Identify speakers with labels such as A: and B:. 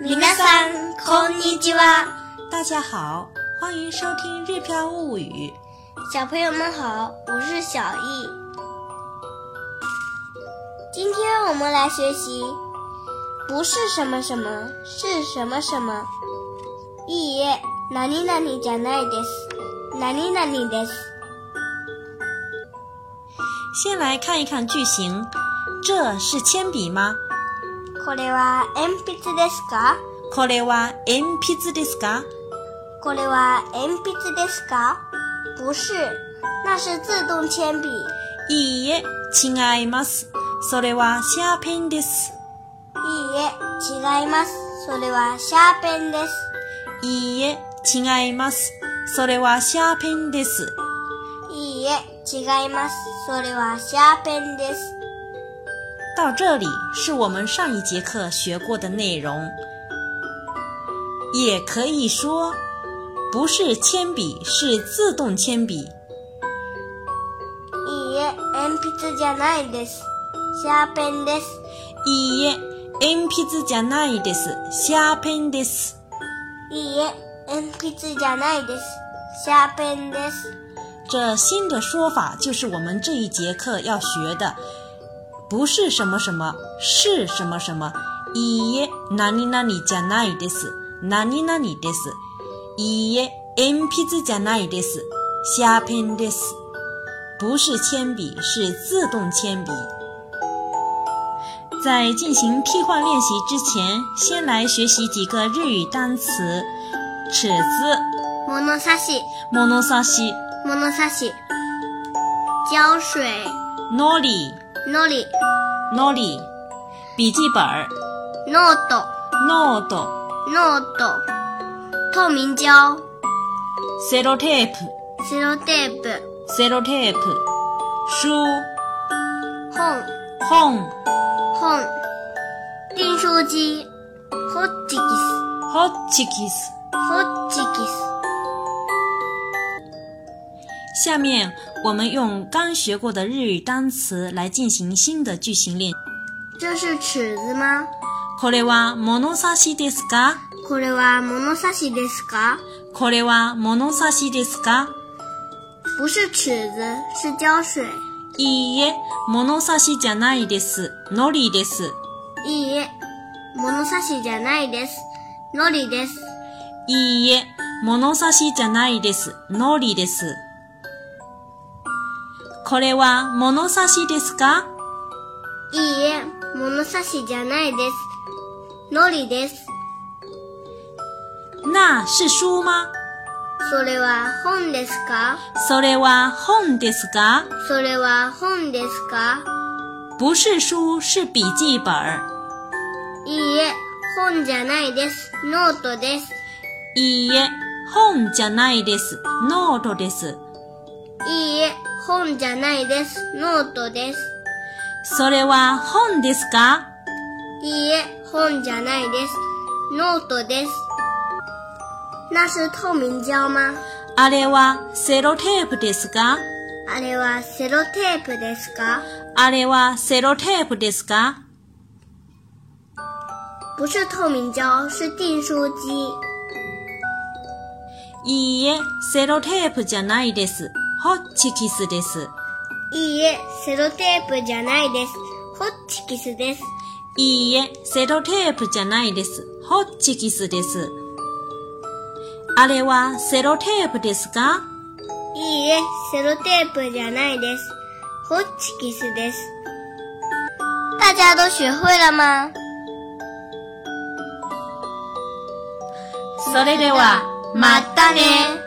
A: 皆さんこんにちは，
B: 大家好，欢迎收听《日飘物语
A: 小朋友们好，我是小易。今天我们来学习，不是什么什么，是什么什么。いいえ、何々じゃないです。何々です。》。
B: 先来看一看句型，这是铅笔吗？
A: これは鉛筆ですか？
B: これは鉛筆ですか？
A: これは鉛筆ですか？不是，那是自动铅笔。
B: いいえ、違います。それはシャーペンです。
A: いいえ、違います。それはシャーペンです。
B: いいえ、違います。それはシャーペンです。
A: いいえ、違います。それはシャーペンです。
B: 到这里是我们上一节课学过的内容，也可以说不是铅笔，是自动铅笔。
A: いいえ、鉛筆じゃないです。シャーペンです。
B: いいえ、鉛筆じゃないです。シャーペンです。
A: いいえ、鉛筆じゃないです。シャーペンです。
B: 这新的说法就是我们这一节课要学的，不是什么什么，是什么什么。いいえ、何々じゃないです。何々です。いいえ、鉛筆じゃないです。シャーペンです。不是铅笔，是自动铅笔。在进行替换练习之前，先来学习几个日语单词：尺子、
A: 物差し、
B: 物差し、
A: 物差し。胶水、
B: のり、
A: のり、
B: のり、笔记本儿、
A: ノート、
B: ノート、
A: ノート。透明胶、
B: セロテープ、
A: セロテープ、
B: セロテープ、書、
A: 本、
B: 本、
A: 本。订書機、ホッチキス、
B: ホッチキス。
A: ホッチキス。
B: 下面我们用刚学过的日语单词来进行新的句型练。
A: 这是尺子吗？
B: これは物差しですか
A: これは物差しですか？
B: これは物差しですか
A: 不是尺子，是胶水。
B: いいえ、物差しじゃないです。のりです。
A: いいえ、物差しじゃないです。のりです。
B: いいえ、物差しじゃないです。のりです。これは物差しですか
A: いいえ、物差しじゃないです。のりです。
B: 那是书吗
A: それは本ですか？
B: それは本ですか
A: それは本ですか？
B: 不是书，是笔记本儿。
A: いいえ、本じゃないです。ノートです。
B: いいえ、本じゃないです。ノートです。
A: いいえ、本じゃないです。ノートです。
B: それは本ですか
A: いいえ、本じゃないです。ノートです。那是透明胶吗？
B: あれはセロテープですか
A: あれはセロテープですか？
B: あれはセロテープですか
A: 不是透明胶，是订书机。
B: いいえ、セロテープじゃないです。ホッチキスです。
A: いいえ、セロテープじゃないです。ホッチキスです。
B: いいえ、セロテープじゃないです。ホッチキスです。あれはセロテープですか
A: いいえ、セロテープじゃないです。ホッチキスです。大家都学会了吗？
B: それでは、またね。